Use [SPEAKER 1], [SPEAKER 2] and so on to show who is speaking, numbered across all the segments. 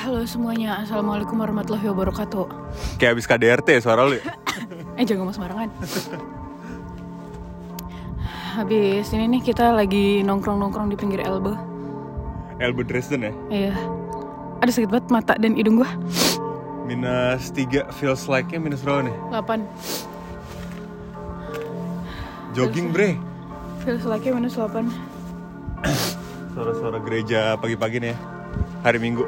[SPEAKER 1] Halo semuanya, Assalamualaikum warahmatullahi wabarakatuh
[SPEAKER 2] Kayak abis KDRT ya suara lu ya?
[SPEAKER 1] Eh jangan ngomong sembarangan Habis ini nih kita lagi nongkrong-nongkrong di pinggir Elbe
[SPEAKER 2] Elbe Dresden ya?
[SPEAKER 1] Iya Ada sakit banget mata dan hidung gua
[SPEAKER 2] Minus 3 feels like-nya minus berapa nih?
[SPEAKER 1] 8
[SPEAKER 2] Jogging bre
[SPEAKER 1] Feels like minus 8
[SPEAKER 2] Suara-suara gereja pagi-pagi nih ya Hari Minggu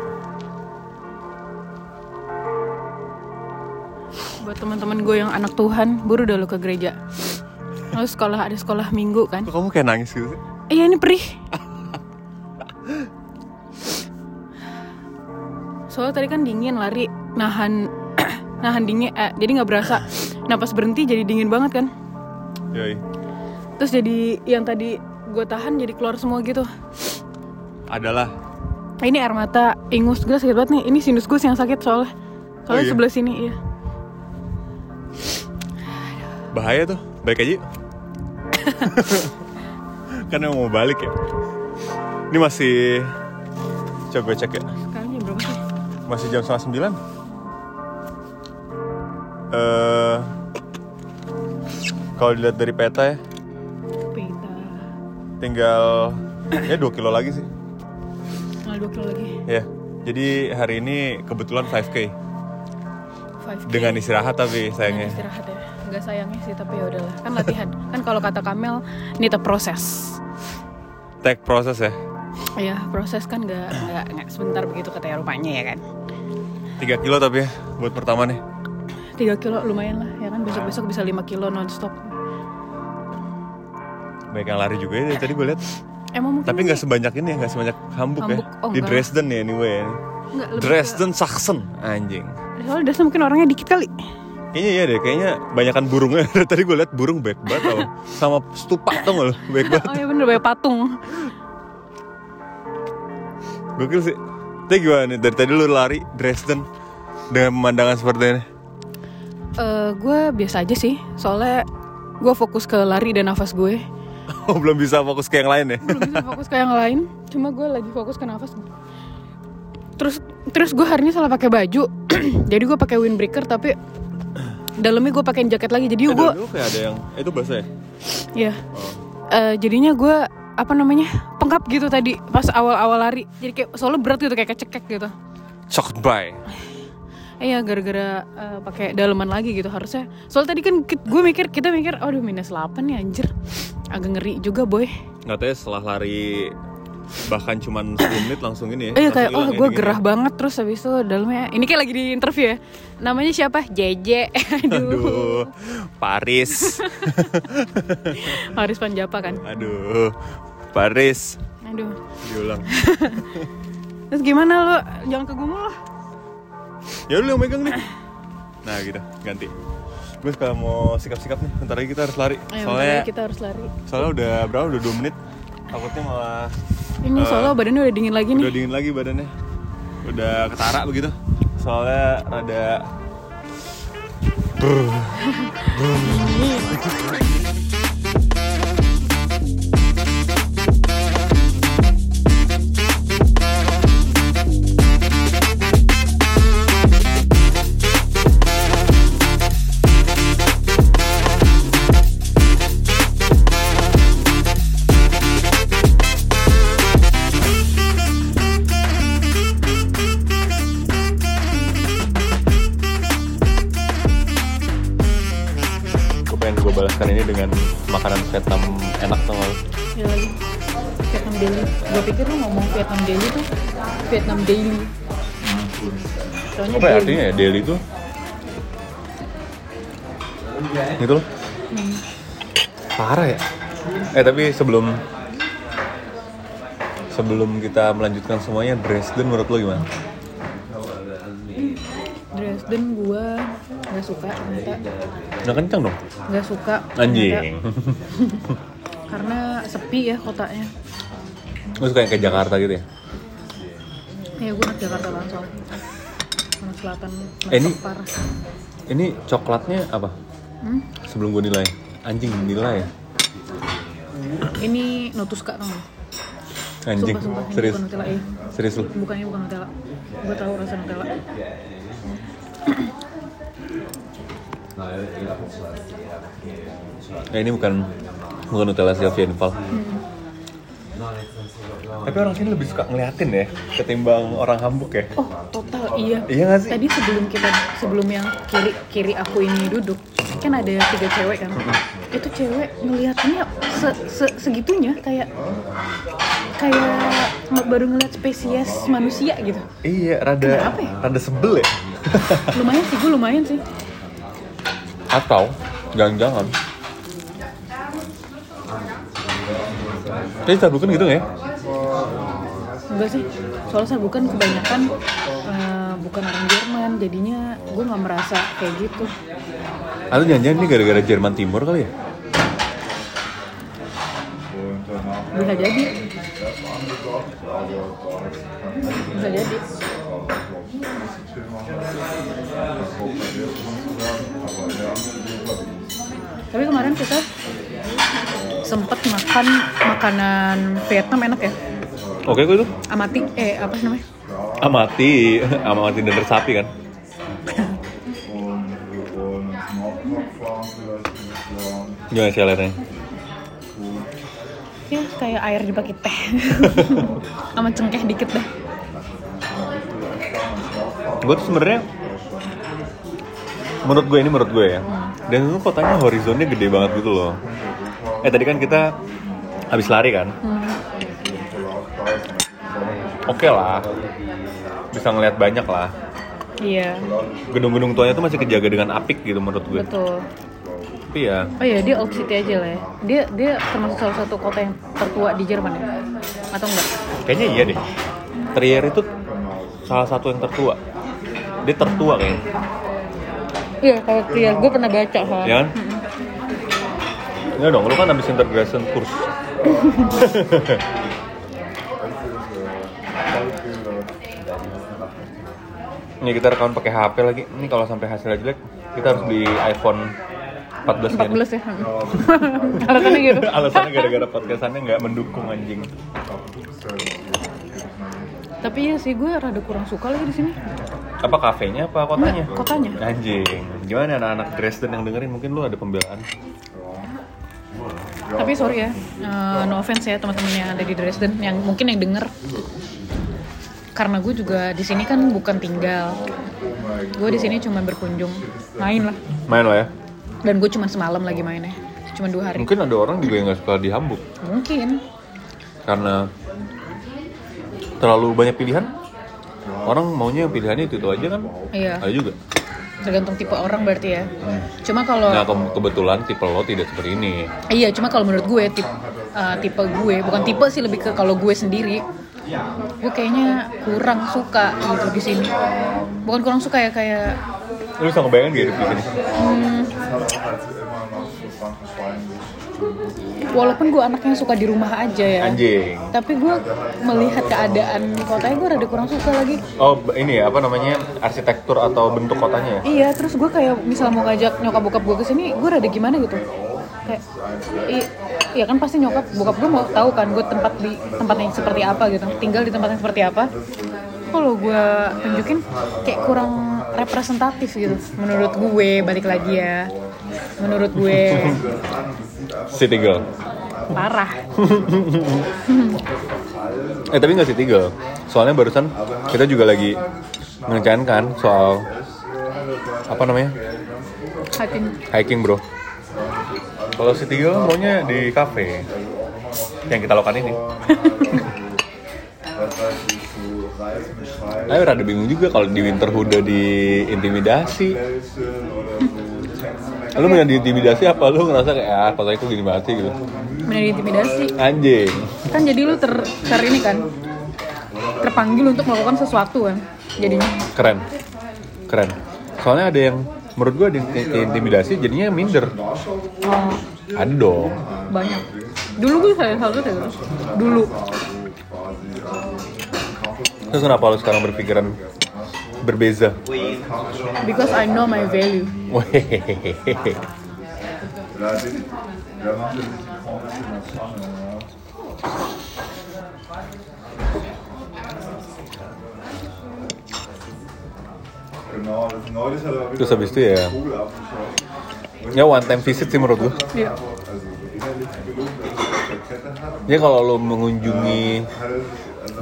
[SPEAKER 1] Buat teman-teman gue yang anak Tuhan, buru dulu ke gereja Lalu sekolah, ada sekolah minggu kan
[SPEAKER 2] Kok kamu kayak nangis gitu sih?
[SPEAKER 1] Iya ini perih. Soalnya tadi kan dingin lari, nahan nahan dingin, eh, jadi nggak berasa. Napas berhenti jadi dingin banget kan.
[SPEAKER 2] Yoi
[SPEAKER 1] Terus jadi yang tadi gue tahan jadi keluar semua gitu. Nah,
[SPEAKER 2] Adalah
[SPEAKER 1] Ini air mata, ingus gue sakit banget nih. Ini sinus gue yang sakit soalnya. Soalnya
[SPEAKER 2] Oh iya?
[SPEAKER 1] sebelah sini iya.
[SPEAKER 2] bahaya tuh Balik aja yuk Kan emang mau balik ya Ini masih Coba gue cek ya
[SPEAKER 1] Sekarang jam berapa sih?
[SPEAKER 2] Masih jam setengah sembilan Eh, Kalau dilihat dari peta ya
[SPEAKER 1] Pita.
[SPEAKER 2] tinggal ya 2 kilo lagi sih
[SPEAKER 1] Tinggal 2 kilo lagi.
[SPEAKER 2] ya jadi hari ini kebetulan 5k
[SPEAKER 1] 5
[SPEAKER 2] dengan istirahat tapi
[SPEAKER 1] Dengan
[SPEAKER 2] sayangnya
[SPEAKER 1] istirahat ya. Nggak sayangnya sih tapi ya udahlah. Kan latihan. kan kalau kata Kamel, nita proses.
[SPEAKER 2] tag proses ya
[SPEAKER 1] Iya, proses kan nggak nggak nggak sebentar begitu katanya rupanya ya kan.
[SPEAKER 2] 3 kilo tapi ya buat pertama nih
[SPEAKER 1] 3 kilo lumayan lah ya kan besok-besok bisa 5 kilo nonstop.
[SPEAKER 2] banyak yang lari juga ya dari tadi gue lihat
[SPEAKER 1] Emang mungkin
[SPEAKER 2] tapi nggak sebanyak ini ya nggak sebanyak Hamburg, ya
[SPEAKER 1] Hamburg, Iya. oh
[SPEAKER 2] di
[SPEAKER 1] enggak.
[SPEAKER 2] Dresden ya anyway ya.
[SPEAKER 1] nggak lebih
[SPEAKER 2] Dresden Sachsen anjing
[SPEAKER 1] ke- soalnya Dresden mungkin orangnya dikit kali.
[SPEAKER 2] kayaknya iya deh kayaknya banyakan burungnya Dari tadi gue lihat burung baik banget tau. sama stupa tau gak lo baik banget
[SPEAKER 1] Oh iya bener banyak patung.
[SPEAKER 2] gokil sih tapi gimana nih dari tadi lu lari Dresden dengan pemandangan seperti ini
[SPEAKER 1] Eh gue biasa aja sih. Soalnya gue fokus ke lari dan nafas gue.
[SPEAKER 2] Oh belum bisa fokus ke yang lain ya?
[SPEAKER 1] Belum bisa fokus ke yang lain. Cuma gue lagi fokus ke nafas. Terus terus gue hari ini salah pakai baju. jadi gue pakai windbreaker tapi dalamnya gue pakein jaket lagi. Jadi
[SPEAKER 2] Eh,
[SPEAKER 1] gue
[SPEAKER 2] dulu kayak ada yang eh, itu bahasa ya?
[SPEAKER 1] Iya. Eh, jadinya gue apa namanya pengkap gitu tadi pas awal-awal lari. Jadi kayak soalnya berat gitu kayak kecekek gitu.
[SPEAKER 2] Shocked
[SPEAKER 1] Eh,
[SPEAKER 2] by.
[SPEAKER 1] Iya gara-gara eh, pakai daleman lagi gitu harusnya. Soalnya tadi kan gue mikir kita mikir, aduh minus 8 nih anjir. Agak ngeri juga boy.
[SPEAKER 2] Katanya setelah lari bahkan cuman 10 menit langsung
[SPEAKER 1] Eh, Iya
[SPEAKER 2] ini ya. langsung
[SPEAKER 1] kayak oh
[SPEAKER 2] hilang
[SPEAKER 1] gue
[SPEAKER 2] ya dinginnya.
[SPEAKER 1] gerah banget terus habis itu dalamnya ini kayak lagi di interview ya. Namanya siapa? JJ. aduh.
[SPEAKER 2] Aduh, Paris.
[SPEAKER 1] Haris Panjapa kan.
[SPEAKER 2] Aduh, Paris.
[SPEAKER 1] Aduh.
[SPEAKER 2] Diulang.
[SPEAKER 1] Terus gimana lu? Jangan ke gue mulu.
[SPEAKER 2] Ya lu yang megang nih. Nah gitu, ganti. Gue sekarang mau sikap-sikap nih. Bentar lagi kita harus lari.
[SPEAKER 1] Ayo, bentar
[SPEAKER 2] soalnya
[SPEAKER 1] lagi kita harus lari.
[SPEAKER 2] soalnya udah berapa? Udah 2 menit. Takutnya malah
[SPEAKER 1] Ini soalnya badannya udah dingin lagi nih.
[SPEAKER 2] udah dingin lagi badannya. Udah ketara begitu. Soalnya rada gue pengen gue balaskan ini dengan makanan Vietnam enak sama lu.
[SPEAKER 1] Iya lagi. Vietnam Daily. Gue pikir lu ngomong Vietnam Daily tuh Vietnam Daily. Soalnya
[SPEAKER 2] apa ya
[SPEAKER 1] daily.
[SPEAKER 2] artinya ya daily itu gitu loh parah ya eh tapi sebelum sebelum kita melanjutkan semuanya Dresden menurut lo gimana
[SPEAKER 1] Dresden gue nggak suka ternyata
[SPEAKER 2] udah kencang dong
[SPEAKER 1] nggak suka ternyata.
[SPEAKER 2] anjing
[SPEAKER 1] karena sepi ya kotanya.
[SPEAKER 2] lo suka yang kayak Jakarta gitu ya
[SPEAKER 1] Ya gue anak Jakarta banget soalnya. Anak selatan.
[SPEAKER 2] Eh, ini-
[SPEAKER 1] Mesopar.
[SPEAKER 2] ini coklatnya apa
[SPEAKER 1] Hmm?
[SPEAKER 2] sebelum gue nilai anjing nilai ya
[SPEAKER 1] Ini Notuska tau nggak?
[SPEAKER 2] Anjing,
[SPEAKER 1] Sumpah, sumpah, ini
[SPEAKER 2] serius.
[SPEAKER 1] bukan Nutella, eh.
[SPEAKER 2] Serius lu.
[SPEAKER 1] Bukannya bukan Nutella. Gue tahu rasa Nutella.
[SPEAKER 2] Ya, ini bukan bukan Nutella Sylvia Infal. Tapi orang sini lebih suka ngeliatin ya ketimbang orang hambuk ya.
[SPEAKER 1] Oh, total iya.
[SPEAKER 2] Iya nggak sih?
[SPEAKER 1] Tadi sebelum kita sebelum yang kiri kiri aku ini duduk, kan ada tiga cewek kan. Itu cewek ngelihatnya se, se- segitunya kayak kayak nge- baru ngeliat spesies manusia gitu.
[SPEAKER 2] Iya, rada
[SPEAKER 1] Kenapa ya?
[SPEAKER 2] rada sebel ya.
[SPEAKER 1] Lumayan sih, gue lumayan sih.
[SPEAKER 2] Atau jangan-jangan Kayaknya Starbucks kan gitu nggak ya?
[SPEAKER 1] Enggak sih, soalnya saya bukan kebanyakan eh, bukan orang Jerman, jadinya gue nggak merasa kayak gitu.
[SPEAKER 2] Atau jangan-jangan ini gara-gara Jerman Timur kali ya?
[SPEAKER 1] Bisa jadi. Bisa jadi. Tapi kemarin kita sempet makan makanan Vietnam enak ya.
[SPEAKER 2] Oke kok itu?
[SPEAKER 1] Amati, eh apa sih namanya?
[SPEAKER 2] Amati, amati dender sapi kan?
[SPEAKER 3] äh,
[SPEAKER 2] Gimana sih alernya?
[SPEAKER 1] Ya kayak air dipakai teh. Sama cengkeh dikit deh.
[SPEAKER 2] Gue tuh sebenarnya menurut gue ini menurut gue ya. Dan itu kotanya horizonnya gede banget gitu loh. Eh tadi kan kita habis lari kan? Oke lah. Bisa ngelihat banyak lah.
[SPEAKER 1] Iya,
[SPEAKER 2] Gedung-gedung tuanya tuh masih kejaga dengan apik gitu menurut gue.
[SPEAKER 1] betul.
[SPEAKER 2] Tapi ya
[SPEAKER 1] Oh iya, dia Old City aja lah ya. Dia dia termasuk salah satu kota yang tertua di Jerman ya? Atau enggak?
[SPEAKER 2] kayaknya iya deh. Trier itu salah satu yang tertua. Dia tertua kayaknya.
[SPEAKER 1] Iya, kalau Trier gue pernah baca soalnya.
[SPEAKER 2] Ya kan? Enggak dong, lu kan habis integration course. Ini kita rekaman pakai HP lagi. Ini kalau sampai hasilnya jelek, kita harus di iPhone 14 nya nih.
[SPEAKER 1] 14 ya. hmm. Alasannya gitu.
[SPEAKER 2] Alasannya gara-gara podcastannya nggak mendukung anjing.
[SPEAKER 1] Tapi iya sih gue rada kurang suka lagi di sini.
[SPEAKER 2] Apa kafenya apa kotanya?
[SPEAKER 1] Enggak, kotanya.
[SPEAKER 2] Anjing. Gimana anak-anak Dresden yang dengerin mungkin lu ada pembelaan.
[SPEAKER 1] Tapi sorry ya, eh, no offense ya teman-teman yang ada di Dresden yang mungkin yang denger. Karena gue juga di sini kan bukan tinggal. Gue di sini cuma berkunjung, main lah.
[SPEAKER 2] Main lah ya.
[SPEAKER 1] Dan gue cuma semalam lagi mainnya, cuma dua hari.
[SPEAKER 2] Mungkin ada orang juga yang nggak suka di Hamburg.
[SPEAKER 1] Mungkin.
[SPEAKER 2] karena terlalu banyak pilihan orang maunya pilihannya itu, itu aja kan
[SPEAKER 1] Iya.
[SPEAKER 2] ada juga
[SPEAKER 1] Tergantung tipe orang berarti ya. Cuma kalau
[SPEAKER 2] nah ke- kebetulan tipe lo tidak seperti ini
[SPEAKER 1] Iya, cuma kalau menurut gue tip- eh, tipe gue bukan tipe sih lebih ke kalau gue sendiri gue kayaknya kurang suka gitu di sini. Bukan kurang suka ya kayak
[SPEAKER 2] lu bisa ngebayangin gak hidup di sini
[SPEAKER 1] walaupun gue anaknya suka di rumah aja ya.
[SPEAKER 2] anjing
[SPEAKER 1] Tapi gue melihat keadaan kotanya gue rada kurang suka lagi.
[SPEAKER 2] oh b- ini ya apa namanya arsitektur atau bentuk kotanya ya
[SPEAKER 1] Iya, terus gue kayak misal mau ngajak nyokap bokap gue kesini, gue rada gimana gitu. Kayak, i- iya kan pasti nyokap bokap gue mau tahu kan gue tempat di tempat yang seperti apa gitu, tinggal di tempat yang seperti apa. Kalau gue tunjukin kayak kurang representatif gitu, menurut gue balik lagi ya, menurut gue
[SPEAKER 2] city girl
[SPEAKER 1] parah.
[SPEAKER 2] eh tapi nggak city girl soalnya barusan kita juga lagi ngerencanain kan soal apa namanya
[SPEAKER 1] Hatin,
[SPEAKER 2] hiking bro kalau city girl maunya di cafe yang kita lakukan ini Tapi rada bingung juga kalau di winter udah diintimidasi. Lu punya diintimidasi apa lu ngerasa kayak ah kota itu gini banget sih gitu.
[SPEAKER 1] menjadi intimidasi.
[SPEAKER 2] Anjing.
[SPEAKER 1] Kan jadi lu ter, ter ini kan, terpanggil untuk melakukan sesuatu kan, jadinya.
[SPEAKER 2] Keren. Keren. Soalnya ada yang menurut gua ada yang di- diintimidasi jadinya minder.
[SPEAKER 1] Oh.
[SPEAKER 2] Ada dong.
[SPEAKER 1] banyak dulu gue salah satu deh gitu. dulu
[SPEAKER 2] Terus kenapa lu sekarang berpikiran berbeza?
[SPEAKER 1] because I know my value
[SPEAKER 2] Wehehehe.
[SPEAKER 3] Genau,
[SPEAKER 2] Terus habis itu ya Ya one time visit sih menurut gue
[SPEAKER 1] Iya.
[SPEAKER 2] Ya kalau lo mengunjungi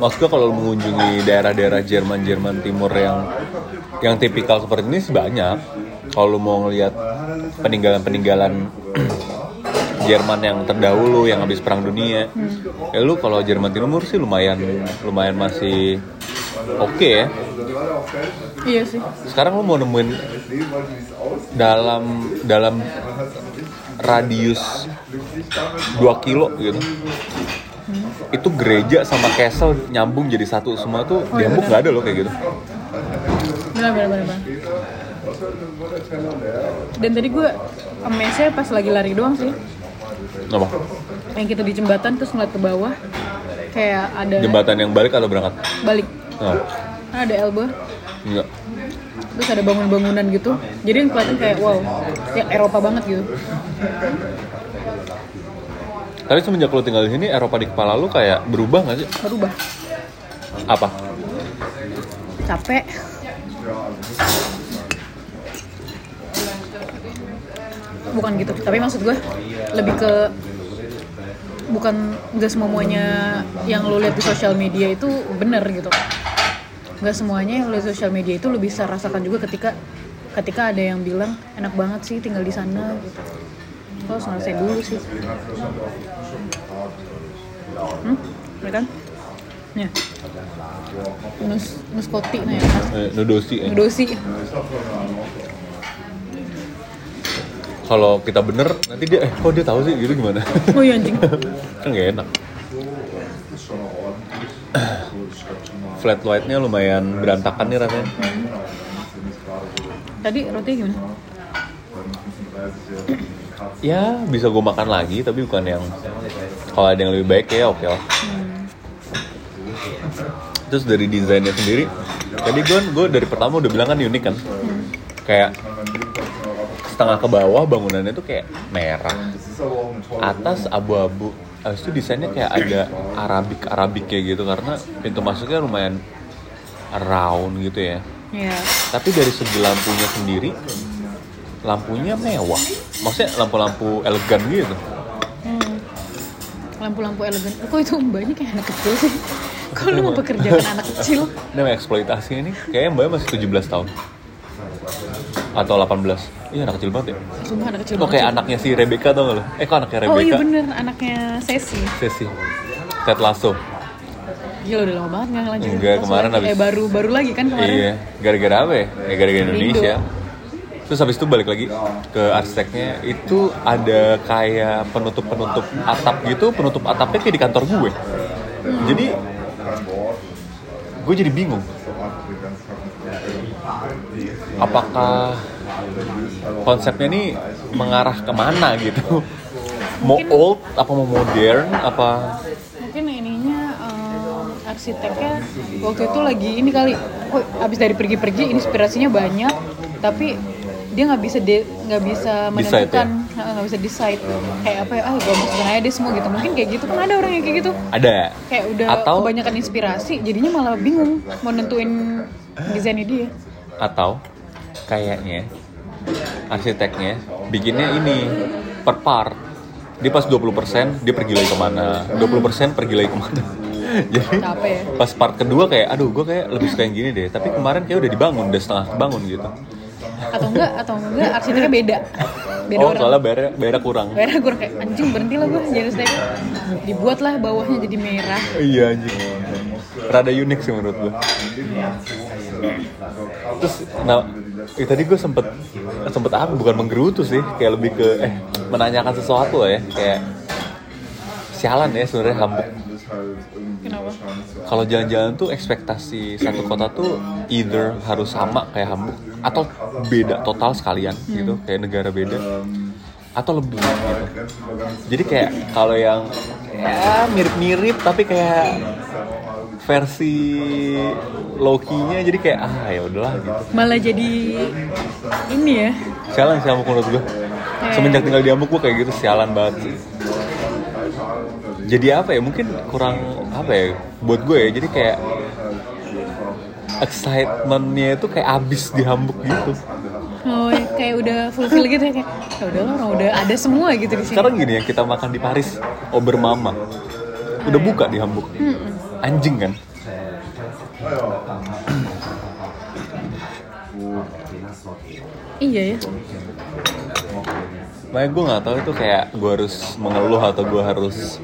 [SPEAKER 2] Maksud gue kalau lo mengunjungi daerah-daerah Jerman-Jerman Timur yang Yang tipikal seperti ini sih banyak Kalau lo mau ngelihat peninggalan-peninggalan Jerman yang terdahulu yang habis perang dunia ya lu kalau Jerman Timur sih lumayan lumayan masih oke ya
[SPEAKER 1] Iya sih.
[SPEAKER 2] sekarang lu mau nemuin dalam dalam radius 2 kilo gitu itu gereja sama castle nyambung jadi satu semua tuh di Hamburg nggak ada loh kayak gitu
[SPEAKER 1] Benar benar benar. benar. Dan tadi gue amazed pas lagi lari doang sih.
[SPEAKER 2] apa
[SPEAKER 1] Yang kita di jembatan terus ngeliat ke bawah kayak ada
[SPEAKER 2] jembatan yang balik atau berangkat
[SPEAKER 1] balik.
[SPEAKER 2] nah,
[SPEAKER 1] Kan ada elbow
[SPEAKER 2] enggak
[SPEAKER 1] terus ada bangun-bangunan gitu. Jadi yang kelihatan kayak wow, ya Eropa banget gitu.
[SPEAKER 2] tapi semenjak lo tinggal di sini Eropa di kepala lu kayak berubah nggak sih
[SPEAKER 1] Berubah.
[SPEAKER 2] apa
[SPEAKER 1] Capek. Bukan gitu, tapi maksud gue lebih ke bukan nggak semuanya yang lo lihat di sosial media itu benar gitu nggak semuanya yang lo lihat di sosial media itu lo bisa rasakan juga ketika ketika ada yang bilang enak banget sih tinggal di sana gitu lo harus ngerasain dulu sih hmm? Bener kan? Ya. Nus, nus koti nah ya.
[SPEAKER 2] eh, nudosi eh.
[SPEAKER 1] Ngedosi.
[SPEAKER 2] kalau kita bener nanti dia eh kok dia tahu sih gitu gimana
[SPEAKER 1] Oh iya anjing.
[SPEAKER 2] kan nggak enak flat white-nya lumayan berantakan nih rasanya
[SPEAKER 1] Tadi rotinya gimana?
[SPEAKER 2] ya bisa gue makan lagi tapi bukan yang kalau ada yang lebih baik ya oke lah terus dari desainnya sendiri tadi gue gue dari pertama udah bilang kan unik kan kayak setengah ke bawah bangunannya tuh kayak merah atas abu-abu Habis itu desainnya kayak ada Arabik Arabik kayak gitu karena pintu masuknya lumayan round gitu ya
[SPEAKER 1] Ya.
[SPEAKER 2] tapi dari segi lampunya sendiri lampunya mewah maksudnya lampu-lampu elegan gitu
[SPEAKER 1] Hmm. Lampu-lampu elegan. Kok itu mbaknya kayak anak kecil sih? Kok lu mempekerjakan anak kecil?
[SPEAKER 2] namanya eksploitasi ini kayaknya mbaknya masih 17 tahun atau 18 iya anak kecil banget ya
[SPEAKER 1] Sumpah anak kecil
[SPEAKER 2] kok
[SPEAKER 1] banget.
[SPEAKER 2] kayak anaknya si Rebecca tau gak lo eh kok anaknya
[SPEAKER 1] Oh iya
[SPEAKER 2] Rebecca
[SPEAKER 1] bener, anaknya Sesi.
[SPEAKER 2] sesi Ted Lasso
[SPEAKER 1] Gila udah lama banget nggak ngelanjutin.
[SPEAKER 2] Enggak,
[SPEAKER 1] Pas
[SPEAKER 2] kemarin
[SPEAKER 1] lagi- Eh
[SPEAKER 2] habis-
[SPEAKER 1] baru, baru lagi kan kemarin.
[SPEAKER 2] Iya, gara-gara apa ya? Ya, gara-gara Indonesia. Terus habis itu balik lagi ke arsiteknya, itu ada kayak penutup-penutup atap gitu, penutup atapnya kayak di kantor gue. Jadi gue jadi bingung. Apakah konsepnya ini mengarah kemana gitu? Mau old, apa mau modern, apa
[SPEAKER 1] Mungkin ininya em, arsiteknya waktu itu lagi ini kali. Kok abis dari pergi-pergi inspirasinya banyak, tapi dia nggak bisa de- nggak bisa
[SPEAKER 2] Decide, ya?
[SPEAKER 1] menentukan eh, nggak bisa decide kayak apa ya ah gue masukin aja deh semua gitu mungkin kayak gitu kan ada orang yang kayak gitu
[SPEAKER 2] ada?
[SPEAKER 1] kayak udah
[SPEAKER 2] Atau-
[SPEAKER 1] kebanyakan inspirasi jadinya malah bingung mau nentuin desainnya dia
[SPEAKER 2] atau kayaknya arsiteknya bikinnya ini per part dia pas 20% dia pergi lagi kemana 20% pergi lagi kemana jadi
[SPEAKER 1] Capek ya.
[SPEAKER 2] pas part kedua kayak aduh gue kayak lebih suka yang gini deh tapi kemarin kayak udah dibangun udah setengah bangun gitu
[SPEAKER 1] atau enggak atau enggak arsiteknya beda beda
[SPEAKER 2] oh
[SPEAKER 1] orang
[SPEAKER 2] soalnya bayarnya, bayarnya kurang
[SPEAKER 1] Akhirnya gue kayak anjing berhenti lah gue jadi snack. Dibuatlah bawahnya jadi merah.
[SPEAKER 2] iya anjing rada unik sih menurut gue terus nah eh, tadi gue sempet sempet apa bukan menggerutu sih kayak lebih ke eh menanyakan sesuatu lah ya kayak sialan ya sebenarnya Hamburg
[SPEAKER 1] Kenapa?
[SPEAKER 2] kalau jalan-jalan tuh ekspektasi satu kota tuh either harus sama kayak Hamburg atau beda total sekalian gitu kayak negara beda atau lebih gitu. Jadi kayak kalau yang ya mirip-mirip tapi kayak versi Loki-nya jadi kayak ah ya udahlah gitu.
[SPEAKER 1] Malah jadi ini ya.
[SPEAKER 2] Sialan sih Hamburg menurut gue. Semenjak tinggal di Hamburg gue kayak gitu sialan banget sih. Jadi apa ya mungkin kurang apa ya buat gue ya jadi kayak excitementnya itu kayak abis di Hamburg gitu.
[SPEAKER 1] Oh, ya, kayak udah fulfill gitu ya kayak ya udah lah orang udah ada semua gitu di sini.
[SPEAKER 2] Sekarang gini yang kita makan di Paris, Obermama. Udah buka di Hamburg. Anjing kan?
[SPEAKER 1] Iya ya.
[SPEAKER 2] Makanya gue nggak tahu itu kayak gue harus mengeluh atau gue harus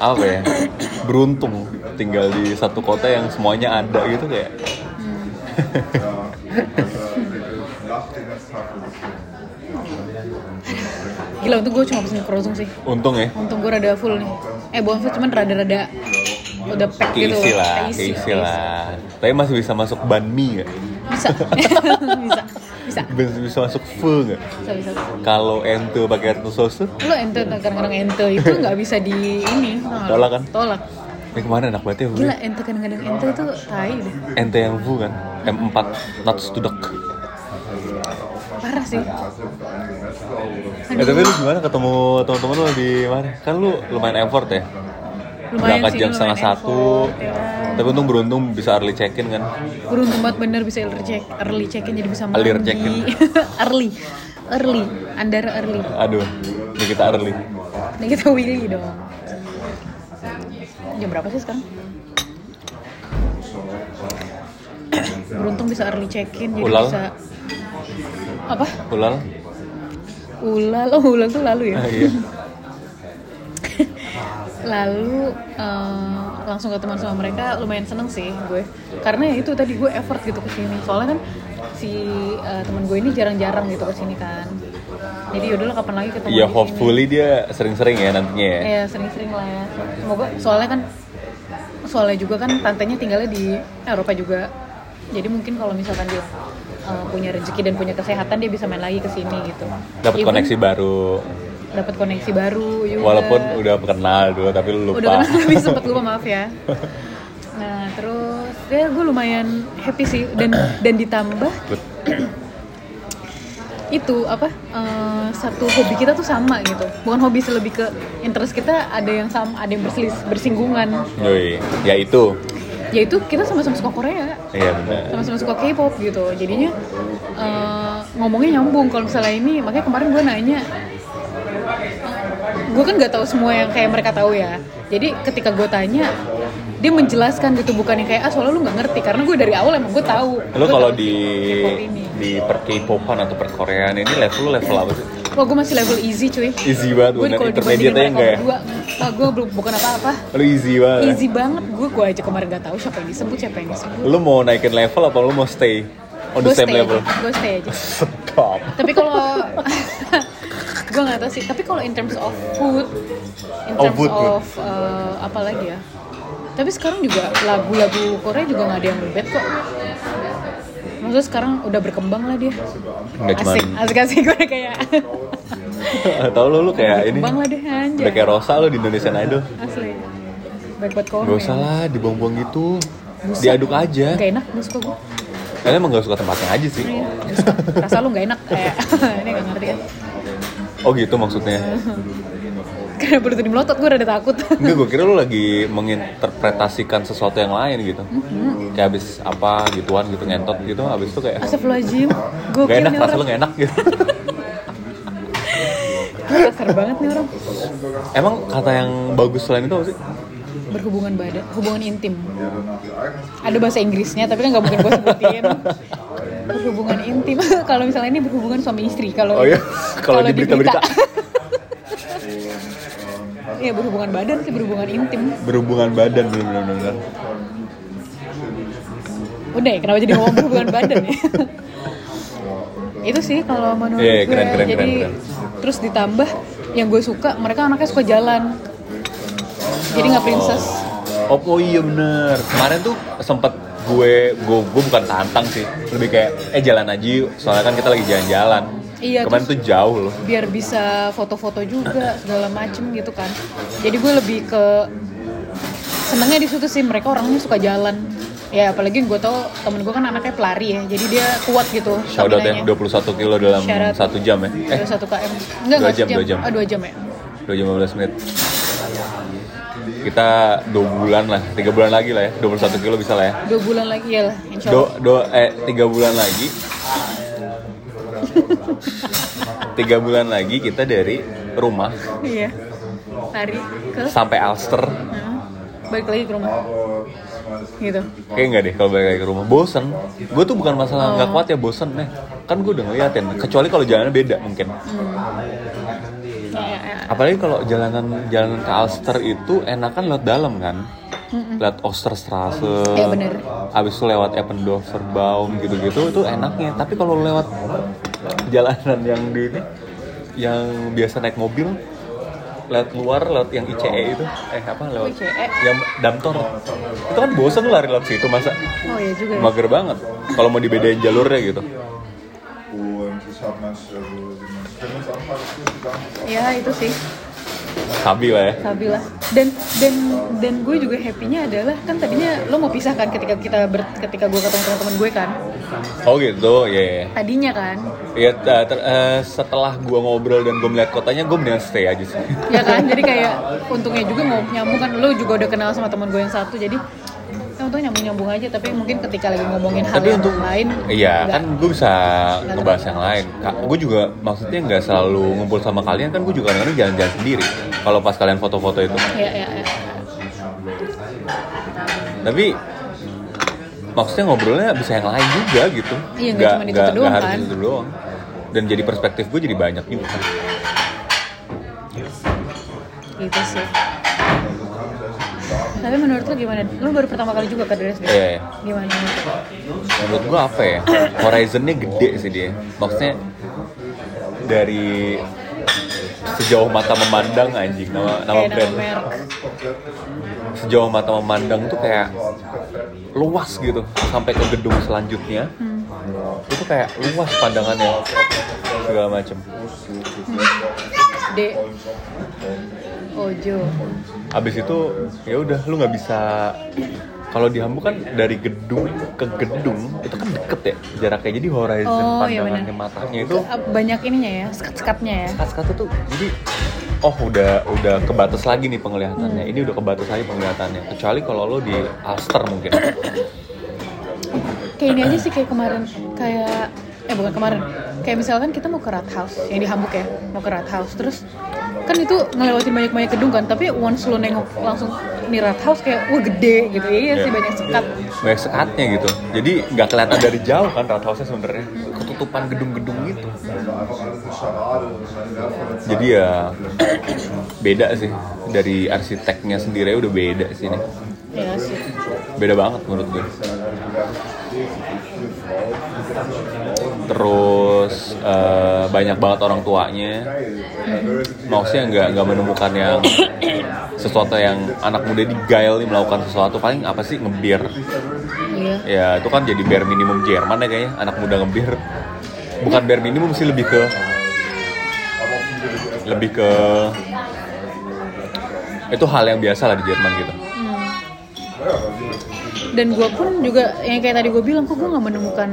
[SPEAKER 2] apa ya beruntung tinggal di satu kota yang semuanya ada gitu kayak
[SPEAKER 1] Gila untung gue cuma pesen croissant sih.
[SPEAKER 2] untung ya
[SPEAKER 1] Untung gue rada full nih. Eh bonfit cuman rada-rada udah pack gitu.
[SPEAKER 2] keisi lah
[SPEAKER 1] Keisi,
[SPEAKER 2] keisi lah tapi masih bisa masuk ban mie nggak
[SPEAKER 1] Bisa. bisa. Bisa.
[SPEAKER 2] bisa, bisa masuk full nggak
[SPEAKER 1] Bisa bisa.
[SPEAKER 2] kalau ente pakai kartu saus tuh
[SPEAKER 1] Lo ente kadang-kadang ente itu nggak bisa di ini. tau nggak?
[SPEAKER 2] Tolak kan?
[SPEAKER 1] Tolak.
[SPEAKER 2] ini kemana enak banget ya Bu?
[SPEAKER 1] Gila ente kadang-kadang ente itu tai deh.
[SPEAKER 2] ente yang vu kan M4 natus tudak
[SPEAKER 1] Parah sih.
[SPEAKER 2] eh tapi lu gimana ketemu teman-teman lu di mana kan lu lumayan effort ya
[SPEAKER 1] Lumayan
[SPEAKER 2] berangkat
[SPEAKER 1] sih,
[SPEAKER 2] jam
[SPEAKER 1] lumayan
[SPEAKER 2] setengah
[SPEAKER 1] effort,
[SPEAKER 2] satu
[SPEAKER 1] ya.
[SPEAKER 2] tapi untung beruntung bisa early check in kan
[SPEAKER 1] Beruntung banget bener bisa early check early check-in jadi bisa mandi.
[SPEAKER 2] Earlier check-in.
[SPEAKER 1] early. Early. Under early.
[SPEAKER 2] aduh ini kita early
[SPEAKER 1] Nah kita Willy dong. Jam berapa sih sekarang? Beruntung bisa early check-in jadi
[SPEAKER 2] Ulal.
[SPEAKER 1] bisa apa?
[SPEAKER 2] ulal
[SPEAKER 1] Ulal, oh ulal tuh lalu ya.
[SPEAKER 2] Ah, iya
[SPEAKER 1] Lalu eh, langsung ketemuan sama mereka lumayan seneng sih gue. Karena ya itu tadi gue effort gitu kesini. Soalnya kan si eh, teman gue ini jarang-jarang gitu kesini kan. Jadi yaudahlah kapan lagi ketemu
[SPEAKER 2] ya
[SPEAKER 1] di sini.
[SPEAKER 2] hopefully dia sering-sering ya nantinya ya
[SPEAKER 1] Iya sering-sering lah ya. Semoga soalnya kan soalnya juga kan tantenya tinggalnya di Eropa juga. Jadi mungkin kalau misalkan dia uh, punya rezeki dan punya kesehatan dia bisa main lagi ke sini gitu.
[SPEAKER 2] dapat
[SPEAKER 1] Even
[SPEAKER 2] koneksi baru
[SPEAKER 1] Dapat koneksi baru juga.
[SPEAKER 2] walaupun udah kenal dulu tapi lu
[SPEAKER 1] udah
[SPEAKER 2] lupa
[SPEAKER 1] kenal tapi sempat lupa maaf ya. Nah terus ya gue lumayan happy sih dan dan ditambah itu apa eh, satu hobi kita tuh sama gitu bukan hobi sih lebih ke interest kita ada yang sama ada yang berselis, bersinggungan
[SPEAKER 2] Yoi, ya itu
[SPEAKER 1] yaitu kita sama-sama suka Korea
[SPEAKER 2] iya benar
[SPEAKER 1] sama-sama suka K-pop gitu jadinya eh, ngomongnya nyambung kalau misalnya ini makanya kemarin gue nanya gue kan nggak tahu semua yang kayak mereka tahu ya jadi ketika gue tanya dia menjelaskan gitu bukan yang kayak ah soalnya lu nggak ngerti karena gue dari awal emang gue tahu
[SPEAKER 2] Lu
[SPEAKER 1] Gua
[SPEAKER 2] kalau
[SPEAKER 1] tahu
[SPEAKER 2] di
[SPEAKER 1] K-pop ini
[SPEAKER 2] di per K-popan atau per Koreaan ini level lu level apa sih?
[SPEAKER 1] Wah gue masih level easy cuy
[SPEAKER 2] Easy banget
[SPEAKER 1] Gue
[SPEAKER 2] bener,
[SPEAKER 1] kalau
[SPEAKER 2] intermediate
[SPEAKER 1] dibandingin
[SPEAKER 2] aja
[SPEAKER 1] mereka
[SPEAKER 2] enggak ya? Iya.
[SPEAKER 1] berdua ah, Gue belum bukan apa-apa
[SPEAKER 2] Lu easy banget.
[SPEAKER 1] Easy banget Gue gue aja kemarin gak tahu siapa yang disebut Siapa yang disebut
[SPEAKER 2] Lu mau naikin level apa lu mau stay on Oh,
[SPEAKER 1] Gua
[SPEAKER 2] the same
[SPEAKER 1] stay
[SPEAKER 2] level?
[SPEAKER 1] aja. Gue stay aja
[SPEAKER 2] Stop.
[SPEAKER 1] Tapi kalau gue nggak tahu sih. Tapi kalau in terms of food, in
[SPEAKER 2] Oh,
[SPEAKER 1] terms
[SPEAKER 2] food, food.
[SPEAKER 1] of eh, apa lagi ya? Tapi sekarang juga lagu-lagu Korea juga nggak ada yang bad kok. Maksudnya sekarang udah berkembang lah dia.
[SPEAKER 2] Nggak cuman-
[SPEAKER 1] asik, asik asik gue kayak
[SPEAKER 2] Atau lu lu kayak ini
[SPEAKER 1] berkembang lah dia anjay.
[SPEAKER 2] udah kayak Rosa lu di Indonesian Idol.
[SPEAKER 1] Asli. Baik buat komen.
[SPEAKER 2] Gak usah lah dibuang-buang gitu. Diaduk aja.
[SPEAKER 1] Gak enak, gak suka gue.
[SPEAKER 2] Kalian emang gak suka tempatnya aja sih.
[SPEAKER 1] Iya, nggak suka. Rasa lu gak enak. Kayak, ini gak ngerti kan.
[SPEAKER 2] Oh gitu maksudnya.
[SPEAKER 1] Karena perut ini melotot, gue rada takut.
[SPEAKER 2] Enggak, gue kira lu lagi menginterpretasikan sesuatu yang lain gitu.
[SPEAKER 1] Mm-hmm.
[SPEAKER 2] Kayak habis apa gituan gitu ngentot gitu, habis itu kayak
[SPEAKER 1] Astagfirullahaladzim. Gue
[SPEAKER 2] gak enak, rasa lu gak enak gitu.
[SPEAKER 1] Kasar banget nih orang.
[SPEAKER 2] Emang kata yang bagus selain itu apa sih?
[SPEAKER 1] Berhubungan badan, hubungan intim. Ada bahasa Inggrisnya, tapi kan nggak mungkin gue sebutin. Berhubungan intim. kalau misalnya ini berhubungan suami istri. Kalau
[SPEAKER 2] Oh iya, kalau di berita-berita.
[SPEAKER 1] Iya berhubungan badan sih berhubungan intim.
[SPEAKER 2] Berhubungan badan bener-bener.
[SPEAKER 1] Udah ya, kenapa jadi ngomong berhubungan badan ya? itu sih kalau menurut
[SPEAKER 2] Iya, iya,
[SPEAKER 1] gue.
[SPEAKER 2] keren, keren,
[SPEAKER 1] jadi
[SPEAKER 2] keren, keren.
[SPEAKER 1] terus ditambah yang gue suka mereka anaknya suka jalan. Jadi nggak princess.
[SPEAKER 2] Oh, oh iya bener. Kemarin tuh sempet gue, gue, gue bukan tantang sih. Lebih kayak, eh jalan aja yuk. Soalnya kan kita lagi jalan-jalan.
[SPEAKER 1] Iya,
[SPEAKER 2] Kemarin tuh jauh loh.
[SPEAKER 1] biar bisa foto-foto juga segala macem gitu kan jadi gue lebih ke senengnya di situ sih mereka orangnya suka jalan ya apalagi gue tau temen gue kan anaknya pelari ya jadi dia kuat gitu
[SPEAKER 2] Shoutout ya,
[SPEAKER 1] staminanya.
[SPEAKER 2] 21 kilo dalam
[SPEAKER 1] Syarat.
[SPEAKER 2] satu jam ya. Eh,
[SPEAKER 1] 21 km enggak Ah,
[SPEAKER 2] Dua
[SPEAKER 1] enggak
[SPEAKER 2] jam,
[SPEAKER 1] sejam.
[SPEAKER 2] dua jam.
[SPEAKER 1] Ah, dua jam ya
[SPEAKER 2] 2 jam 15 menit. kita dua bulan lah tiga bulan lagi lah ya 21 kilo bisa lah ya
[SPEAKER 1] dua bulan lagi ya lah insya
[SPEAKER 2] do
[SPEAKER 1] Allah
[SPEAKER 2] do eh tiga bulan lagi tiga bulan lagi kita dari rumah
[SPEAKER 1] iya lari ke
[SPEAKER 2] sampai Alster
[SPEAKER 1] Heeh. balik lagi ke rumah gitu
[SPEAKER 2] kayak nggak deh kalau balik lagi ke rumah bosen gue tuh bukan
[SPEAKER 1] Oh.
[SPEAKER 2] masalah nggak kuat ya bosen nih kan gue udah ngeliatin kecuali kalau jalannya beda mungkin
[SPEAKER 1] ya, ya, ya.
[SPEAKER 2] apalagi kalau jalanan jalanan ke Alster itu enakan lewat dalam kan lewat Osterstrasse
[SPEAKER 1] Iya, bener.
[SPEAKER 2] abis itu lewat Eppendorfer Baum gitu-gitu itu enaknya tapi kalau lewat jalanan yang di ini yang biasa naik mobil lewat luar lewat yang ICE itu eh apa lewat
[SPEAKER 1] ICE?
[SPEAKER 2] yang damtor itu kan bosen lari lewat situ masa
[SPEAKER 1] oh iya juga ya.
[SPEAKER 2] mager banget kalau mau dibedain jalurnya gitu
[SPEAKER 3] Und ich habe manche, also man können uns anfangen, die Sachen
[SPEAKER 1] ya itu sih
[SPEAKER 2] sabi lah ya
[SPEAKER 1] Sabila dan dan dan gue juga happy-nya adalah kan tadinya lo mau pisah kan ketika kita ber, ketika gue ketemu teman-teman gue kan
[SPEAKER 2] oh gitu ya ya.
[SPEAKER 1] tadinya kan
[SPEAKER 2] Ya eh, ter- eh, setelah gua ngobrol dan gua melihat kotanya, gua mendingan stay aja sih.
[SPEAKER 1] ya kan jadi kayak untungnya juga mau nyambung kan lo juga udah kenal sama teman gue yang satu jadi ya untung nyambung nyambung aja tapi mungkin ketika lagi ngomongin hal
[SPEAKER 2] Tapi
[SPEAKER 1] yang
[SPEAKER 2] untuk-
[SPEAKER 1] lain
[SPEAKER 2] Iya,
[SPEAKER 1] nggak-
[SPEAKER 2] kan gua bisa ngebahas yang lain. Kak, gua juga maksudnya nggak selalu ngumpul sama kalian kan, gua juga kadang-kadang jalan-jalan sendiri. Kalau pas kalian foto-foto itu.
[SPEAKER 1] ya ya, ya.
[SPEAKER 2] Tapi maksudnya ngobrolnya bisa yang lain juga gitu.
[SPEAKER 1] Iya, nggak
[SPEAKER 2] Nggak-
[SPEAKER 1] cuman itu
[SPEAKER 2] nggak-
[SPEAKER 1] doang,
[SPEAKER 2] nggak harus
[SPEAKER 1] kan?
[SPEAKER 2] itu doang. Dan jadi perspektif gua jadi banyak juga.
[SPEAKER 1] gitu sih tapi menurut lo gimana lo baru pertama kali juga kan ke Dresden
[SPEAKER 2] Iya, iya.
[SPEAKER 1] gimana
[SPEAKER 2] menurut gua apa ya horizonnya gede sih dia maksudnya dari sejauh mata memandang anjing nama nama
[SPEAKER 1] kayak
[SPEAKER 2] brand
[SPEAKER 1] nama merek
[SPEAKER 2] sejauh mata memandang tuh kayak luas gitu sampai ke gedung selanjutnya
[SPEAKER 1] Hmm.
[SPEAKER 2] itu kayak luas pandangannya segala macem
[SPEAKER 1] D Ojo
[SPEAKER 2] abis itu ya udah lu nggak bisa kalau di Hamburg kan dari gedung ke gedung itu kan deket ya jaraknya jadi horizon
[SPEAKER 1] Oh, iya
[SPEAKER 2] pandangannya
[SPEAKER 1] benar.
[SPEAKER 2] matanya itu
[SPEAKER 1] Ah, banyak ininya ya sekat-sekatnya ya
[SPEAKER 2] kata-kata tuh jadi oh udah udah kebatas lagi nih penglihatannya ini udah kebatas lagi penglihatannya kecuali kalau lo di Aster mungkin
[SPEAKER 1] kayak ini aja sih kayak kemarin kayak eh bukan kemarin kayak misalkan kita mau ke Rathaus yang di Hamburg ya mau ke Rathaus terus kan itu ngelewatin banyak-banyak gedung kan tapi once lo nengok langsung nih Rathaus kayak wah gede gitu ya iya sih
[SPEAKER 2] Iya.
[SPEAKER 1] banyak sekat
[SPEAKER 2] banyak sekatnya gitu jadi nggak kelihatan dari jauh kan Rathausnya sebenarnya ketutupan gedung-gedung gitu
[SPEAKER 3] Also einfach alles eine Scharade und eine wertvolle Zeit.
[SPEAKER 2] jadi ya beda sih dari arsiteknya sendiri udah beda sih nih
[SPEAKER 1] ya sih
[SPEAKER 2] beda banget menurut gue terus eh, banyak banget orang tuanya maksudnya nggak nggak menemukan yang sesuatu yang anak muda digail nih melakukan sesuatu paling apa sih ngebir
[SPEAKER 1] iya
[SPEAKER 2] ya itu kan jadi bare minimum Jerman ya kayaknya anak muda ngebir bukan bare minimum sih lebih ke lebih ke itu hal yang biasa lah di Jerman gitu
[SPEAKER 1] dan gue pun juga yang kayak tadi gue bilang kok gue nggak menemukan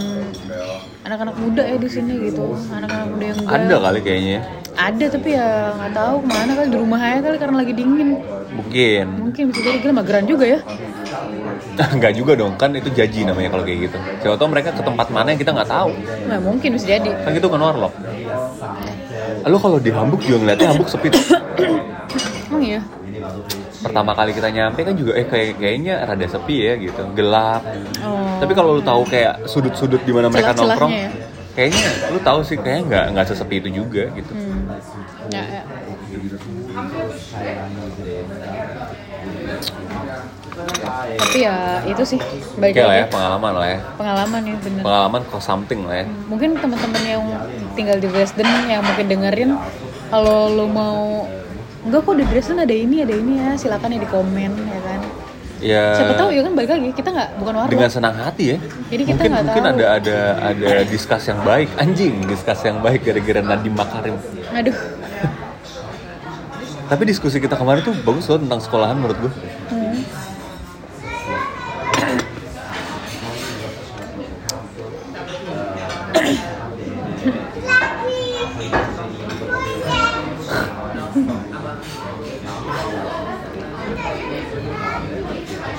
[SPEAKER 1] anak-anak muda ya di sini gitu anak-anak muda yang
[SPEAKER 2] ada
[SPEAKER 1] galau.
[SPEAKER 2] kali kayaknya
[SPEAKER 1] ada tapi ya nggak tahu kemana kali di rumah aja kali karena lagi dingin
[SPEAKER 2] mungkin
[SPEAKER 1] mungkin bisa jadi gila mageran juga ya
[SPEAKER 2] Nah, nggak juga dong kan itu jaji namanya kalau kayak gitu siapa tahu mereka ke tempat mana yang kita nggak tahu
[SPEAKER 1] nah mungkin bisa jadi
[SPEAKER 2] kan gitu kan warlock lo kalau di Hamburg juga ngeliatnya Hamburg sepi tuh.
[SPEAKER 1] emang iya
[SPEAKER 2] pertama kali kita nyampe kan juga eh kayak kayaknya rada sepi ya gitu gelap
[SPEAKER 1] Oh.
[SPEAKER 2] tapi kalau lu tahu kayak sudut-sudut di mana mereka
[SPEAKER 1] Celah-celahnya
[SPEAKER 2] nongkrong
[SPEAKER 1] ya?
[SPEAKER 2] kayaknya lu tahu sih kayaknya nggak nggak sesepi itu juga gitu
[SPEAKER 1] Hmm. Ya, ya. Tapi ya itu sih
[SPEAKER 2] oke
[SPEAKER 1] balik
[SPEAKER 2] lah ya
[SPEAKER 1] lagi
[SPEAKER 2] pengalaman lah ya
[SPEAKER 1] pengalaman ya bener.
[SPEAKER 2] pengalaman kok something lah ya
[SPEAKER 1] Mungkin teman-teman yang tinggal di Dresden yang mungkin dengerin kalau lo mau enggak kok di Dresden ada ini ada ini ya silakan ya di komen ya kan.
[SPEAKER 2] ya
[SPEAKER 1] Siapa tahu ya kan balik lagi kita nggak bukan warung.
[SPEAKER 2] dengan senang hati ya
[SPEAKER 1] Jadi kita
[SPEAKER 2] mungkin
[SPEAKER 1] nggak
[SPEAKER 2] mungkin
[SPEAKER 1] tahu.
[SPEAKER 2] ada ada ada diskus yang baik anjing diskus yang baik gara-gara Nadiem Makarim
[SPEAKER 1] Aduh,
[SPEAKER 2] tapi diskusi kita kemarin tuh bagus loh tentang sekolahan menurut gue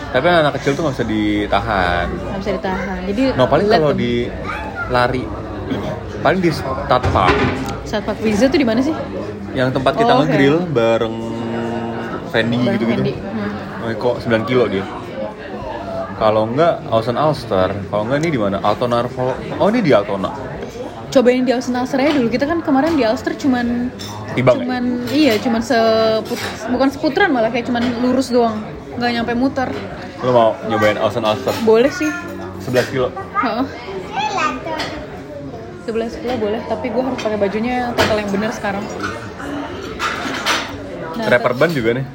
[SPEAKER 2] Tapi anak kecil tuh nggak bisa ditahan.
[SPEAKER 1] nggak bisa ditahan jadi
[SPEAKER 2] Nah paling
[SPEAKER 1] let
[SPEAKER 2] kalau
[SPEAKER 1] them.
[SPEAKER 2] di lari paling di start park
[SPEAKER 1] saat Pak Riza tuh di mana sih
[SPEAKER 2] yang tempat kita
[SPEAKER 1] Oh, oke.
[SPEAKER 2] nge-grill bareng Fendi
[SPEAKER 1] Bareng
[SPEAKER 2] gitu-gitu.
[SPEAKER 1] Fendi, hmm.
[SPEAKER 2] Oh, kok 9 kilo dia. Kalau enggak Alsen Alster, kalau enggak ini di mana? Altonarvo. Oh, ini di Altona.
[SPEAKER 1] cobain di Austin Alster aja dulu kita kan kemarin di Alster cuman
[SPEAKER 2] Tibang ya?
[SPEAKER 1] cuman iya cuman seput bukan seputaran malah kayak cuman lurus doang nggak nyampe muter
[SPEAKER 2] Lo mau nyobain Alsen Alster
[SPEAKER 1] boleh sih
[SPEAKER 2] 11 kilo.
[SPEAKER 1] Heeh. sebelah sebelah boleh tapi gue harus pakai bajunya total yang bener sekarang Nah,
[SPEAKER 2] Rapper band juga nih.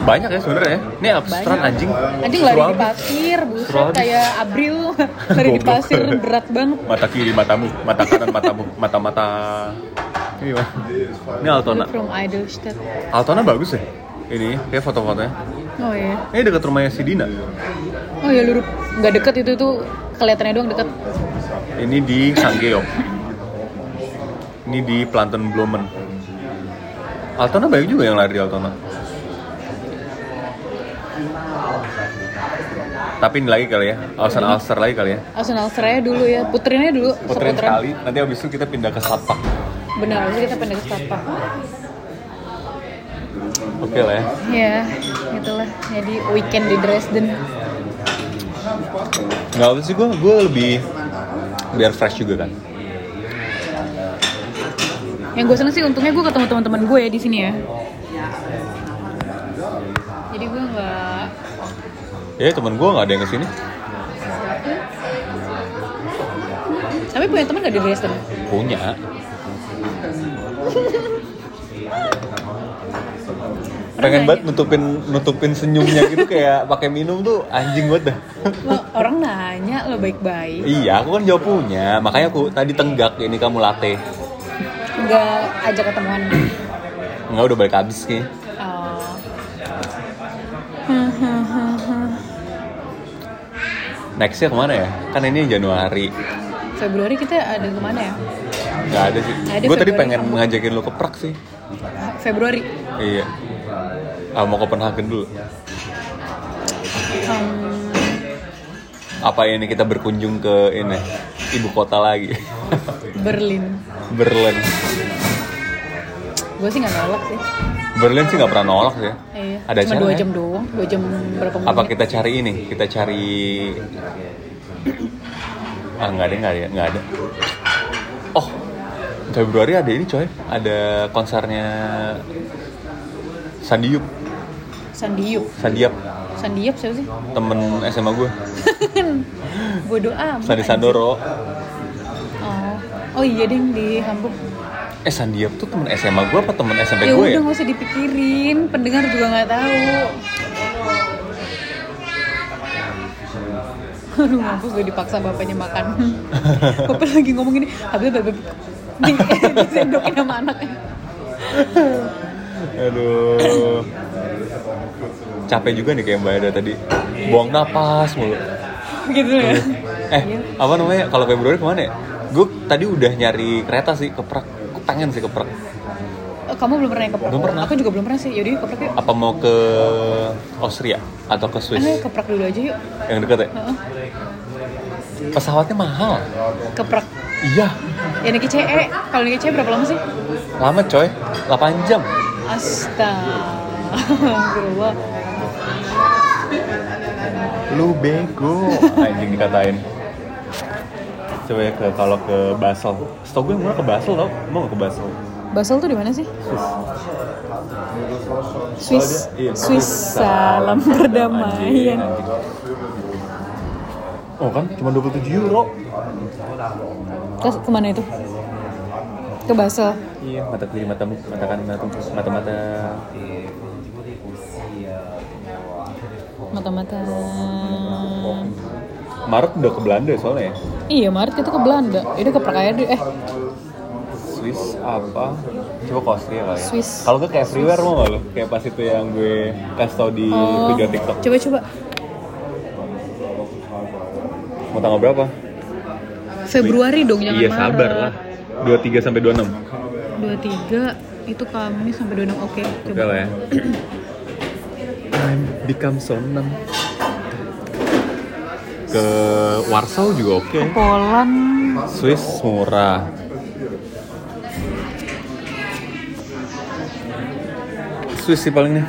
[SPEAKER 2] Banyak ya sebenarnya ya. Ini abstrak
[SPEAKER 1] Banyak.
[SPEAKER 2] anjing.
[SPEAKER 1] Anjing
[SPEAKER 2] Seru
[SPEAKER 1] lari di
[SPEAKER 2] abis.
[SPEAKER 1] pasir,
[SPEAKER 2] Seru
[SPEAKER 1] buset
[SPEAKER 2] abis.
[SPEAKER 1] kayak Abril lari di
[SPEAKER 2] Goblok.
[SPEAKER 1] pasir berat banget.
[SPEAKER 2] Mata kiri matamu, mata kanan matamu, mata-mata. Ini gimana? Ini Altona.
[SPEAKER 1] Look From Idolstadt.
[SPEAKER 2] Altona bagus ya. Ini kayak foto-fotonya.
[SPEAKER 1] Oh iya.
[SPEAKER 2] Ini dekat rumahnya si Dina.
[SPEAKER 1] Oh iya lurup. Nggak deket itu tuh kelihatannya doang deket.
[SPEAKER 2] Ini di Sanggeok. Ini di Planten Blomen. Altona banyak juga yang lari di Altona. Tapi ini lagi kali ya, Alsan Alster lagi kali ya.
[SPEAKER 1] Arsenal Seraya dulu ya, putrinnya dulu
[SPEAKER 2] Puterin
[SPEAKER 1] seputaran.
[SPEAKER 2] sekali, nanti abis itu kita pindah ke Sapak.
[SPEAKER 1] Benar, lalu kita pindah ke Stapak.
[SPEAKER 2] Oke lah ya.
[SPEAKER 1] Ya, gitulah. Jadi weekend di Dresden.
[SPEAKER 2] Nggak apa sih gue, gue lebih biar fresh juga kan.
[SPEAKER 1] Yang gue seneng sih untungnya gue ketemu teman-teman gue ya di sini ya. Jadi gue nggak
[SPEAKER 2] Ya temen gue nggak ada yang kesini.
[SPEAKER 1] tapi punya teman nggak di Dresden?
[SPEAKER 2] Punya. Pengen banget nutupin nutupin senyumnya gitu kayak pakai minum tuh anjing banget dah.
[SPEAKER 1] Lo, orang nanya lo baik-baik.
[SPEAKER 2] iya, aku kan jawab punya. Makanya aku tadi tenggak ini kamu latte.
[SPEAKER 1] nggak ajak ketemuan
[SPEAKER 2] Enggak udah balik habis nih.
[SPEAKER 1] oh.
[SPEAKER 2] Nextnya kemana ya? Kan ini Januari.
[SPEAKER 1] Februari kita ada kemana ya
[SPEAKER 2] Nggak ada sih.
[SPEAKER 1] Nggak ada,
[SPEAKER 2] Gue tadi
[SPEAKER 1] Februari
[SPEAKER 2] pengen
[SPEAKER 1] kamu.
[SPEAKER 2] ngajakin lo ke Prag sih.
[SPEAKER 1] Februari
[SPEAKER 2] Iya. Ah, mau Copenhagen dulu.
[SPEAKER 1] Hmm,
[SPEAKER 2] Apa ini kita berkunjung ke ini ibu kota lagi?
[SPEAKER 1] Berlin
[SPEAKER 2] Berlin.
[SPEAKER 1] gue sih nggak nolak sih
[SPEAKER 2] Berlin sih nggak pernah nolak sih. ya.
[SPEAKER 1] iya.
[SPEAKER 2] Ada
[SPEAKER 1] cuma
[SPEAKER 2] acara
[SPEAKER 1] dua
[SPEAKER 2] ya?
[SPEAKER 1] jam doang dua jam berapa menit
[SPEAKER 2] Apa kita cari ini? Kita cari ah nggak ada nggak ada nggak ada. Oh Februari ada ini coy, ada konsernya Sandiup,
[SPEAKER 1] Sandiup
[SPEAKER 2] Sandiap
[SPEAKER 1] Sandiup siapa sih
[SPEAKER 2] temen SMA gue,
[SPEAKER 1] bodoh amat
[SPEAKER 2] Sandi Sandoro.
[SPEAKER 1] oh oh iya deng di Hamburg
[SPEAKER 2] Eh Sandiap tuh temen SMA gue apa temen SMP
[SPEAKER 1] ya
[SPEAKER 2] gue
[SPEAKER 1] udah
[SPEAKER 2] ya?
[SPEAKER 1] nggak usah dipikirin pendengar juga nggak tahu aduh mampus gue dipaksa bapaknya makan bapak lagi ngomong gini habis bapak di disendokin sama anaknya
[SPEAKER 2] Aduh. Capek juga nih kayak Mbak Eda tadi. Buang napas mulu.
[SPEAKER 1] gitu ya
[SPEAKER 2] Eh, apa namanya? Kalau Februari kemana ya? Gue tadi udah nyari kereta sih ke Prag. Gue pengen sih ke Prag.
[SPEAKER 1] Oh, kamu belum pernah ya ke Prag?
[SPEAKER 2] Belum pernah.
[SPEAKER 1] aku juga belum pernah sih yaudah yuk ke Prag yuk
[SPEAKER 2] Apa mau ke Austria atau ke
[SPEAKER 1] Eh,
[SPEAKER 2] Swiss?
[SPEAKER 1] ke Prag dulu aja yuk
[SPEAKER 2] Yang deket ya?
[SPEAKER 1] Heeh.
[SPEAKER 2] Pesawatnya mahal.
[SPEAKER 1] ke Prag
[SPEAKER 2] Iya,
[SPEAKER 1] ya naik CE kalau naik CE berapa lama sih?
[SPEAKER 2] lama coy. 8 jam.
[SPEAKER 1] Astagfirullah
[SPEAKER 2] Lu bego. Anjing dikatain. Coba ya ke kalau ke Basel. Setahu gue yang murah ke Basel tau. Mau gak ke Basel?
[SPEAKER 1] Basel tuh di mana sih? Swiss.
[SPEAKER 2] Iya.
[SPEAKER 1] Swiss salam
[SPEAKER 2] Anjing,
[SPEAKER 1] perdamaian.
[SPEAKER 2] anjing. Oh kan cuma 27 euro.
[SPEAKER 1] Ke kemana itu? Ke Basel.
[SPEAKER 2] Iya, mata kiri matamu, mata kanan matamu, mata-mata.
[SPEAKER 1] Mata-mata.
[SPEAKER 2] Maret udah ke Belanda soalnya ya.
[SPEAKER 1] Iya, Maret kita ke Belanda. Ini ke Prag aja deh. Eh,
[SPEAKER 2] Swiss apa? Coba ke Austria kali ya.
[SPEAKER 1] Swiss.
[SPEAKER 2] Kalau gue kayak freeware mau gak lo? Kayak pas itu yang gue kasih tau di
[SPEAKER 1] oh.
[SPEAKER 2] video TikTok.
[SPEAKER 1] Coba coba.
[SPEAKER 2] Mau tanggal berapa?
[SPEAKER 1] Februari dong
[SPEAKER 2] Iya,
[SPEAKER 1] jangan Maret.
[SPEAKER 2] 23 sampai 26.
[SPEAKER 1] 23 itu Kamis sampai 26. Oke,
[SPEAKER 2] Oke ya.
[SPEAKER 1] coba.
[SPEAKER 2] lah ya. time become so numb. Ke Warsaw juga oke.
[SPEAKER 1] Poland
[SPEAKER 2] Swiss murah. Swiss sih paling nih.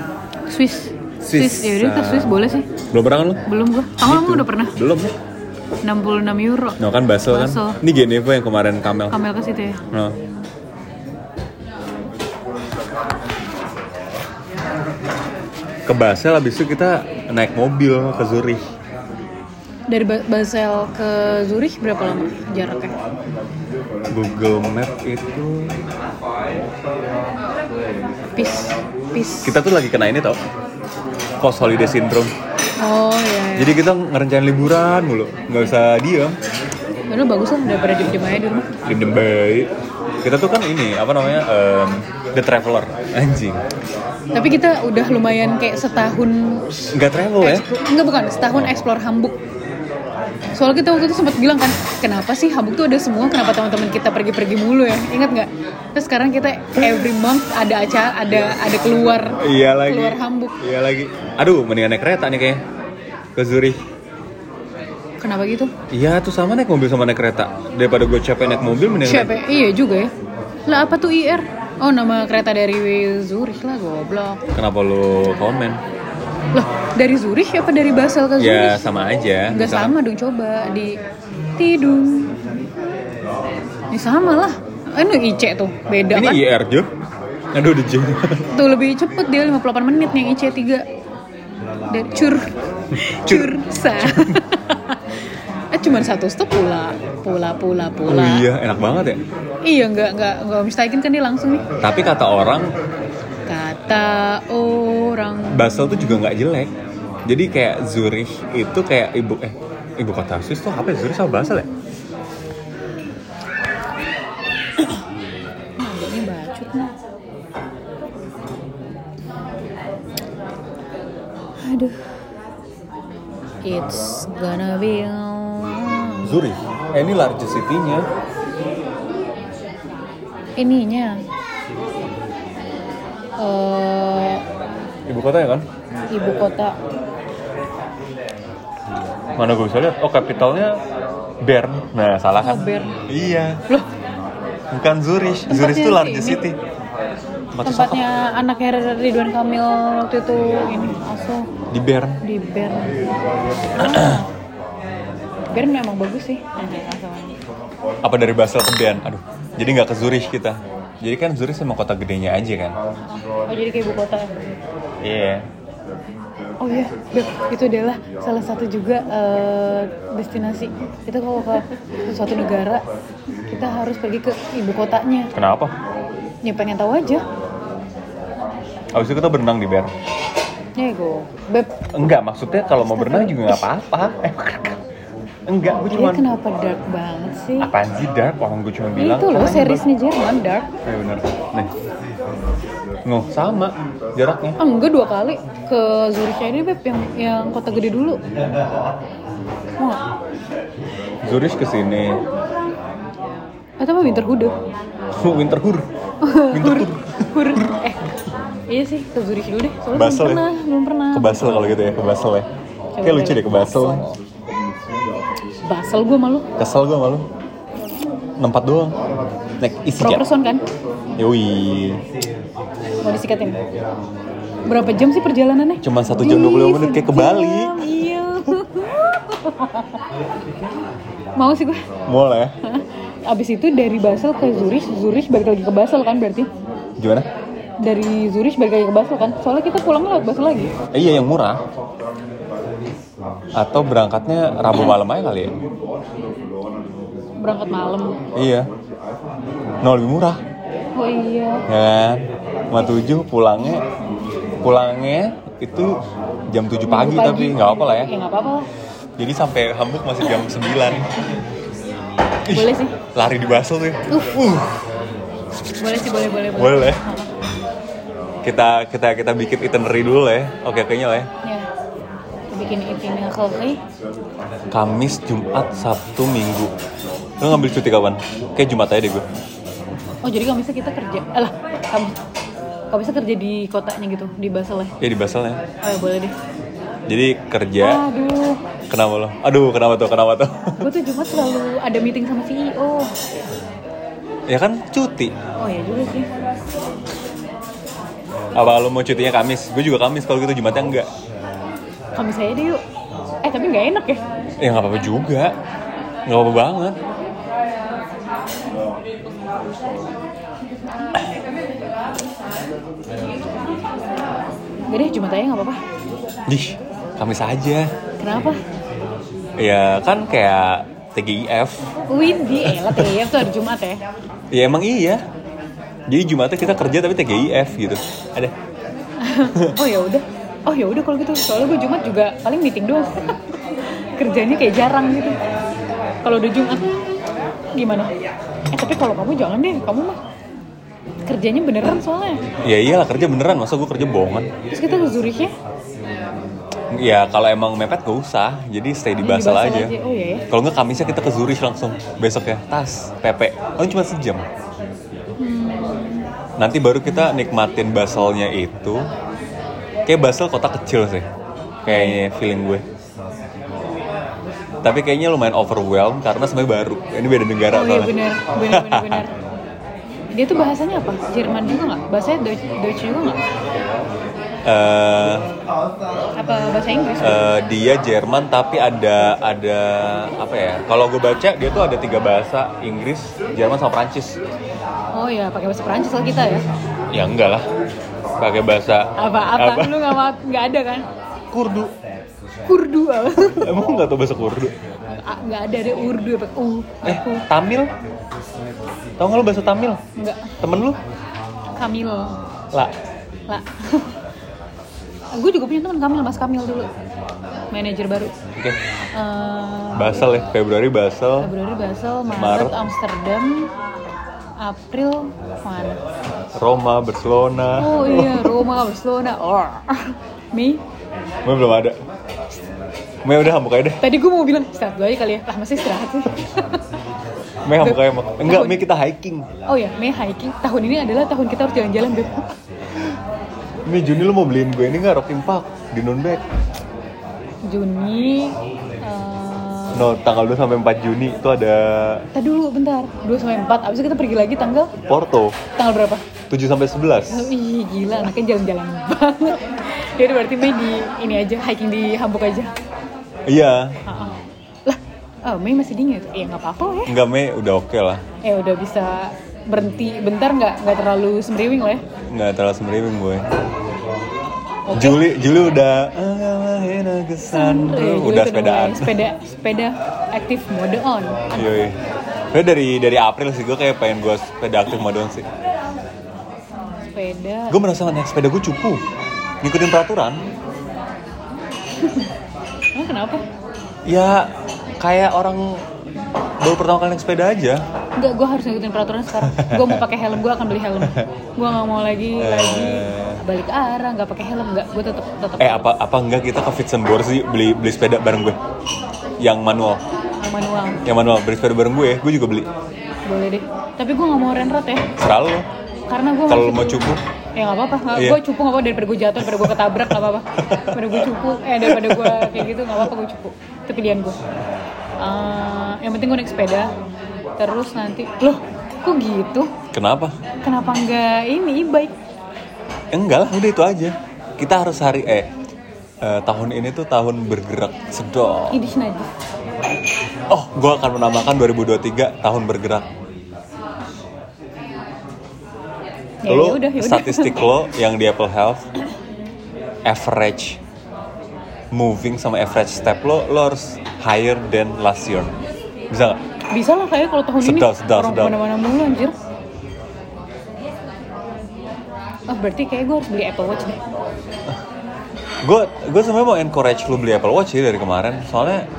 [SPEAKER 1] Swiss
[SPEAKER 2] Swiss,
[SPEAKER 1] Swiss, yaudah ke
[SPEAKER 2] ah.
[SPEAKER 1] Swiss boleh sih
[SPEAKER 2] Belum pernah kan lu?
[SPEAKER 1] belum gua tahun
[SPEAKER 2] Gitu.
[SPEAKER 1] udah pernah
[SPEAKER 2] Belum.
[SPEAKER 1] 66 euro
[SPEAKER 2] No kan Basel kan.
[SPEAKER 1] Basel.
[SPEAKER 2] Ini Geneva yang kemarin Kamel.
[SPEAKER 1] Kamel ke situ ya
[SPEAKER 2] No. Ke Basel habis itu kita naik mobil ke Zurich.
[SPEAKER 1] dari Ba- Basel ke Zurich berapa lama jaraknya
[SPEAKER 2] Google Map itu
[SPEAKER 1] pis pis
[SPEAKER 2] kita tuh lagi kena ini tau Post holiday syndrome.
[SPEAKER 1] oh ya
[SPEAKER 2] Jadi kita ngerencanain liburan mulu, nggak usah diem.
[SPEAKER 1] Padahal bagus lah daripada diem-diem aja di rumah
[SPEAKER 2] Dendam baik. Kita tuh kan ini apa namanya em, the traveler anjing.
[SPEAKER 1] tapi kita udah lumayan kayak setahun
[SPEAKER 2] Nggak travel ya?
[SPEAKER 1] Explo- Enggak bukan, setahun explore Hamburg. Soalnya kita waktu itu sempat bilang kan, kenapa sih Hamburg tuh ada semua, kenapa teman-teman kita pergi-pergi mulu ya? Ingat nggak? Terus sekarang kita every month ada acara, ada ada keluar.
[SPEAKER 2] Iya lagi.
[SPEAKER 1] Keluar Hamburg.
[SPEAKER 2] Iya lagi. Aduh, mendingan naik kereta nih kayaknya ke Zurich.
[SPEAKER 1] Kenapa gitu?
[SPEAKER 2] Iya tuh sama naik mobil sama naik kereta. Daripada gue capek naik mobil mendingan naik-
[SPEAKER 1] Siapa? ya? Iya juga ya. Lah apa tuh IR? Oh nama kereta dari Zurich lah goblok.
[SPEAKER 2] Kenapa lo komen?
[SPEAKER 1] Loh, dari Zurich apa dari Basel ke
[SPEAKER 2] Ya
[SPEAKER 1] Zurich?
[SPEAKER 2] sama aja.
[SPEAKER 1] Enggak
[SPEAKER 2] Misalkan-
[SPEAKER 1] sama dong coba di Tidung. Ya sama lah. Anu IC tuh, beda
[SPEAKER 2] Ini
[SPEAKER 1] kan?
[SPEAKER 2] IR Jo. Aduh udah Jo.
[SPEAKER 1] Tuh lebih cepet dia 58 menit nih yang IC3 Dan cur Cursa Eh cuman satu stop pula Pula pula
[SPEAKER 2] Oh
[SPEAKER 1] pula
[SPEAKER 2] iya enak banget ya.
[SPEAKER 1] Iya nggak nggak nggak mistaken kan dia langsung nih
[SPEAKER 2] Tapi kata orang
[SPEAKER 1] Kata orang
[SPEAKER 2] Basel tuh juga nggak jelek. Jadi kayak Zurich itu kayak ibu eh ibu kota Swiss tuh apa ya? Zurich sama Basel ya?
[SPEAKER 1] Ini bacut nih Aduh It's gonna be long.
[SPEAKER 2] Zurich. Eh, ini largest city-nya.
[SPEAKER 1] Ininya eh
[SPEAKER 2] Ibu kota ya kan?
[SPEAKER 1] ibu kota
[SPEAKER 2] Mana gue bisa lihat? Oh, kapitalnya Bern. Nah, salah kan?
[SPEAKER 1] Oh, Bern.
[SPEAKER 2] Iya,
[SPEAKER 1] loh
[SPEAKER 2] bukan Zurich.
[SPEAKER 1] Tempatnya
[SPEAKER 2] Zurich tuh
[SPEAKER 1] ini,
[SPEAKER 2] largest
[SPEAKER 1] ini.
[SPEAKER 2] city. Tempat
[SPEAKER 1] tempatnya anaknya Ridwan Kamil waktu itu ini asu
[SPEAKER 2] di Bern.
[SPEAKER 1] di Bern Bern memang bagus sih anjay, asalnya.
[SPEAKER 2] Apa dari Basel ke Bern? Aduh, jadi nggak ke Zurich kita. Jadi kan Zurich sama kota gedenya aja kan?
[SPEAKER 1] oh jadi kayak ibu kota
[SPEAKER 2] Iya.
[SPEAKER 1] oh iya Beb, itu adalah salah satu juga eh, destinasi kita kalau ke suatu negara kita harus pergi ke ibu kotanya
[SPEAKER 2] Kenapa?
[SPEAKER 1] ya pengen tahu aja
[SPEAKER 2] Abis itu kita berenang di Bern.
[SPEAKER 1] ya go beb
[SPEAKER 2] Enggak, maksudnya kalau mau berenang juga nggak apa-apa. Eh, enggak, gue
[SPEAKER 1] ini
[SPEAKER 2] cuman
[SPEAKER 1] kenapa dark banget sih
[SPEAKER 2] apaan sih dark? Orang gue cuma bilang.
[SPEAKER 1] itu loh
[SPEAKER 2] "Katanya
[SPEAKER 1] seriesnya Jerman dark
[SPEAKER 2] Iya benar. Nih. Nuh, sama jaraknya.
[SPEAKER 1] Ah, enggak dua kali ke Zurich aja deh, Beb, yang yang kota gede dulu. Wah,
[SPEAKER 2] Zurich ke sini.
[SPEAKER 1] atau apa Winterhude?
[SPEAKER 2] Winterhur. Winterhur.
[SPEAKER 1] Hur. Eh, iya sih ke Zurich dulu deh. Soalnya
[SPEAKER 2] Basel ya?
[SPEAKER 1] belum pernah, belum pernah.
[SPEAKER 2] Ke Basel kalau gitu ya, ke Basel ya. Kayak lucu deh ke Basel.
[SPEAKER 1] Basel gue malu.
[SPEAKER 2] Kesel gue malu. Nempat doang. Naik isi jet.
[SPEAKER 1] Properson kan?
[SPEAKER 2] Yoi.
[SPEAKER 1] Mau disikatin. Berapa jam sih perjalanannya?
[SPEAKER 2] Cuma 1 jam 25 menit kayak ke Bali.
[SPEAKER 1] Jam, Iya. Mau sih gue.
[SPEAKER 2] Boleh.
[SPEAKER 1] Abis itu dari Basel ke Zurich, Zurich balik lagi ke Basel kan berarti?
[SPEAKER 2] Gimana?
[SPEAKER 1] dari Zurich balik lagi ke Basel kan soalnya kita pulang lewat Basel lagi
[SPEAKER 2] Eh, iya yang murah. Atau berangkatnya Rabu malam aja kali ya?
[SPEAKER 1] berangkat malam
[SPEAKER 2] Iya. No lebih murah.
[SPEAKER 1] oh iya
[SPEAKER 2] ya kan Cuma tujuh pulangnya pulangnya itu jam 7 pagi, tapi nggak apa lah ya
[SPEAKER 1] ya nggak apa-apa lah
[SPEAKER 2] jadi sampai Hamburg masih jam 9 Ih,
[SPEAKER 1] boleh sih
[SPEAKER 2] lari di Basel tuh ya.
[SPEAKER 1] uh. boleh sih boleh boleh boleh
[SPEAKER 2] boleh kita kita kita bikin itinerary dulu lah ya oke kayaknya lah ya
[SPEAKER 1] ya Kita bikin itinerary
[SPEAKER 2] Kamis Jumat Sabtu Minggu lo ngambil cuti kapan kayak Jumat aja deh gue
[SPEAKER 1] Eh, oh jadi Kamisnya kita kerja alah Kamis kalau bisa kerja di kotanya gitu di Basel ya
[SPEAKER 2] Ya di Basel ya.
[SPEAKER 1] oh ya boleh deh
[SPEAKER 2] Jadi kerja
[SPEAKER 1] aduh
[SPEAKER 2] kenapa lo? Aduh, kenapa tuh? Kenapa tuh?
[SPEAKER 1] gue tuh Jumat selalu ada meeting sama CEO
[SPEAKER 2] ya kan cuti.
[SPEAKER 1] oh ya juga sih
[SPEAKER 2] Apa lo mau cutinya Kamis? Gue juga Kamis kalau gitu Jumatnya enggak.
[SPEAKER 1] kami saya deh yuk eh tapi nggak enak ya
[SPEAKER 2] Ya nggak apa-apa juga. Nggak apa-apa banget.
[SPEAKER 1] Gak deh Jumat aja nggak apa-apa
[SPEAKER 2] Ih, Kamis aja.
[SPEAKER 1] kenapa
[SPEAKER 2] Ya kan kayak TGIF.
[SPEAKER 1] Windy, eh lah TIF tuh hari Jumat ya
[SPEAKER 2] Ya emang iya. Jadi Jumatnya kita kerja tapi TGIF gitu. Ada.
[SPEAKER 1] oh ya udah oh ya udah kalau gitu soalnya gue Jumat juga paling meeting doang kerjanya kayak jarang gitu kalau udah Jumat gimana eh tapi kalau kamu jangan deh kamu mah kerjanya beneran soalnya
[SPEAKER 2] Ya iyalah kerja beneran, masa gue kerja bohongan.
[SPEAKER 1] terus kita ke Zurichnya
[SPEAKER 2] Ya kalau emang mepet gak usah, jadi stay di
[SPEAKER 1] Di
[SPEAKER 2] Basel
[SPEAKER 1] Basel
[SPEAKER 2] aja.
[SPEAKER 1] aja, oh iya ya.
[SPEAKER 2] Kalau nggak Kamisnya kita ke Zurich langsung besok ya, tas, PP. Kan cuma sejam.
[SPEAKER 1] Hmm.
[SPEAKER 2] Nanti baru kita nikmatin Baselnya itu. Kayak Basel kota kecil sih, kayaknya feeling gue. Tapi kayaknya lumayan overwhelmed karena sebenarnya baru. Ini beda negara
[SPEAKER 1] oh iya
[SPEAKER 2] soalnya.
[SPEAKER 1] bener bener bener bener dia tuh bahasanya apa Jerman juga nggak bahasanya Deutsch, Deutsch juga nggak
[SPEAKER 2] Eh,
[SPEAKER 1] apa bahasa Inggris
[SPEAKER 2] eh, dia Jerman tapi ada ada apa ya? Kalau gue baca dia tuh ada tiga bahasa Inggris, Jerman sama Prancis.
[SPEAKER 1] oh iya pakai bahasa Perancis lah kita ya
[SPEAKER 2] Ya enggak lah. Pakai bahasa
[SPEAKER 1] apa apa, lu nggak ma- nggak ada kan
[SPEAKER 2] Kurdu.
[SPEAKER 1] Kurdu apa?
[SPEAKER 2] Emang nggak tau bahasa Kurdu?
[SPEAKER 1] A- Ah, nggak ada deh urdu apa Uh, u
[SPEAKER 2] Eh,
[SPEAKER 1] aku
[SPEAKER 2] Tamil? Tau nggak lu bahasa Tamil?
[SPEAKER 1] nggak
[SPEAKER 2] Temen lu?
[SPEAKER 1] Kamil
[SPEAKER 2] Lah.
[SPEAKER 1] lah gue juga punya teman Kamil Mas Kamil dulu manajer baru
[SPEAKER 2] Oke.
[SPEAKER 1] Eh,
[SPEAKER 2] Basel ya, Februari Basel,
[SPEAKER 1] Februari Basel Maret,
[SPEAKER 2] Maret.
[SPEAKER 1] Amsterdam April mana
[SPEAKER 2] Roma, Barcelona.
[SPEAKER 1] oh iya Roma Barcelona Oh. or me
[SPEAKER 2] Gue belum ada. Mei udah hambuk aja deh.
[SPEAKER 1] tadi gue mau bilang istirahat dulu aja kali ya lah masih istirahat sih
[SPEAKER 2] Mei hambuk aja Mak. Enggak, Mei kita hiking.
[SPEAKER 1] oh ya Mei hiking tahun ini adalah tahun kita harus jalan-jalan beb
[SPEAKER 2] Mei Juni lu mau beliin gue ini nggak Rock Impact di Nunbek?
[SPEAKER 1] Juni eh,
[SPEAKER 2] No, tanggal 2 sampai 4 Juni itu ada
[SPEAKER 1] Tadi dulu bentar, 2 sampai 4, abis itu kita pergi lagi tanggal
[SPEAKER 2] Porto
[SPEAKER 1] tanggal berapa? Oh,
[SPEAKER 2] 7 sampai 11.
[SPEAKER 1] Ih gila, anaknya jalan-jalan banget Jadi berarti Mei di ini aja, hiking di Hamburg aja
[SPEAKER 2] Iya.
[SPEAKER 1] Ha-ha. Lah, oh, Mei masih dingin ya? Ya nggak apa-apa lah ya
[SPEAKER 2] Enggak Mei udah oke lah.
[SPEAKER 1] Eh udah bisa berhenti bentar nggak nggak terlalu semriwing lah ya
[SPEAKER 2] Nggak terlalu semeriwing gue.
[SPEAKER 1] Oke.
[SPEAKER 2] Juli Juli udah "Alahin ke
[SPEAKER 1] Eh,
[SPEAKER 2] sana."
[SPEAKER 1] Juli
[SPEAKER 2] udah
[SPEAKER 1] mulai.
[SPEAKER 2] sepedaan.
[SPEAKER 1] Sepeda, sepeda aktif mode on
[SPEAKER 2] Yoi. Sebenernya iya. dari dari April sih gue kayak pengen gue sepeda aktif modern sih.
[SPEAKER 1] Sepeda
[SPEAKER 2] Gue merasa naik sepeda gue cukup ngikutin peraturan.
[SPEAKER 1] Emang kenapa?
[SPEAKER 2] Ya kayak orang baru pertama kali naik sepeda aja.
[SPEAKER 1] Enggak, gue harus ngikutin peraturan sekarang Gue mau pakai helm, gue akan beli helm Gue nggak mau lagi, lagi balik arah, nggak pakai helm, nggak Gue tetap, tetap
[SPEAKER 2] Eh apa apa enggak kita ke Fits and Boards sih beli beli sepeda bareng gue yang manual
[SPEAKER 1] yang manual
[SPEAKER 2] yang manual beli sepeda bareng gue gue juga beli
[SPEAKER 1] boleh deh tapi gue nggak mau renrat ya
[SPEAKER 2] selalu
[SPEAKER 1] karena gue
[SPEAKER 2] kalau lo mau cukup
[SPEAKER 1] ya nggak apa-apa nggak
[SPEAKER 2] Iya.
[SPEAKER 1] gue cupu nggak apa daripada gue jatuh daripada gue ketabrak nggak apa-apa daripada gue cupu eh daripada gue kayak gitu nggak apa-apa gue cupu itu pilihan gue Eh, yang penting gue naik sepeda terus nanti loh kok gitu
[SPEAKER 2] kenapa Ya
[SPEAKER 1] kenapa nggak ini e-bike
[SPEAKER 2] Enggak lah, udah itu aja. Kita harus hari eh eh, tahun ini tuh tahun bergerak sedot.
[SPEAKER 1] ini najis
[SPEAKER 2] Oh, gue akan menamakan 2023 tahun bergerak.
[SPEAKER 1] ya
[SPEAKER 2] lo
[SPEAKER 1] udah ya udah
[SPEAKER 2] statistik lo yang di Apple Health average moving sama average step lo lo harus higher than last year. Bisa nggak?
[SPEAKER 1] bisa lah kayak kalau tahun
[SPEAKER 2] Sedap,
[SPEAKER 1] ini
[SPEAKER 2] sedap,
[SPEAKER 1] orang
[SPEAKER 2] sedap.
[SPEAKER 1] kemana-mana mulu anjir ah berarti kayak gue harus beli Apple Watch deh
[SPEAKER 2] Gue gue sebenarnya mau encourage lo beli Apple Watch sih dari kemarin. Soalnya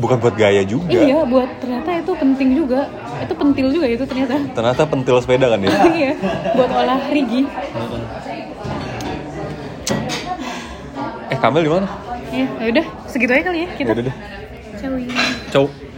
[SPEAKER 2] bukan buat gaya juga.
[SPEAKER 1] Iya, buat ternyata itu penting juga. Itu pentil juga itu ternyata.
[SPEAKER 2] Ternyata pentil sepeda kan dia.
[SPEAKER 1] iya, buat olah rigi.
[SPEAKER 2] Eh Kamil di mana? Eh,
[SPEAKER 1] Ya, udah segitu aja kali ya kita.
[SPEAKER 2] Yaudah deh.
[SPEAKER 1] Ciao.
[SPEAKER 2] Ciao.